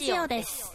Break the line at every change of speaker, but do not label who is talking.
料です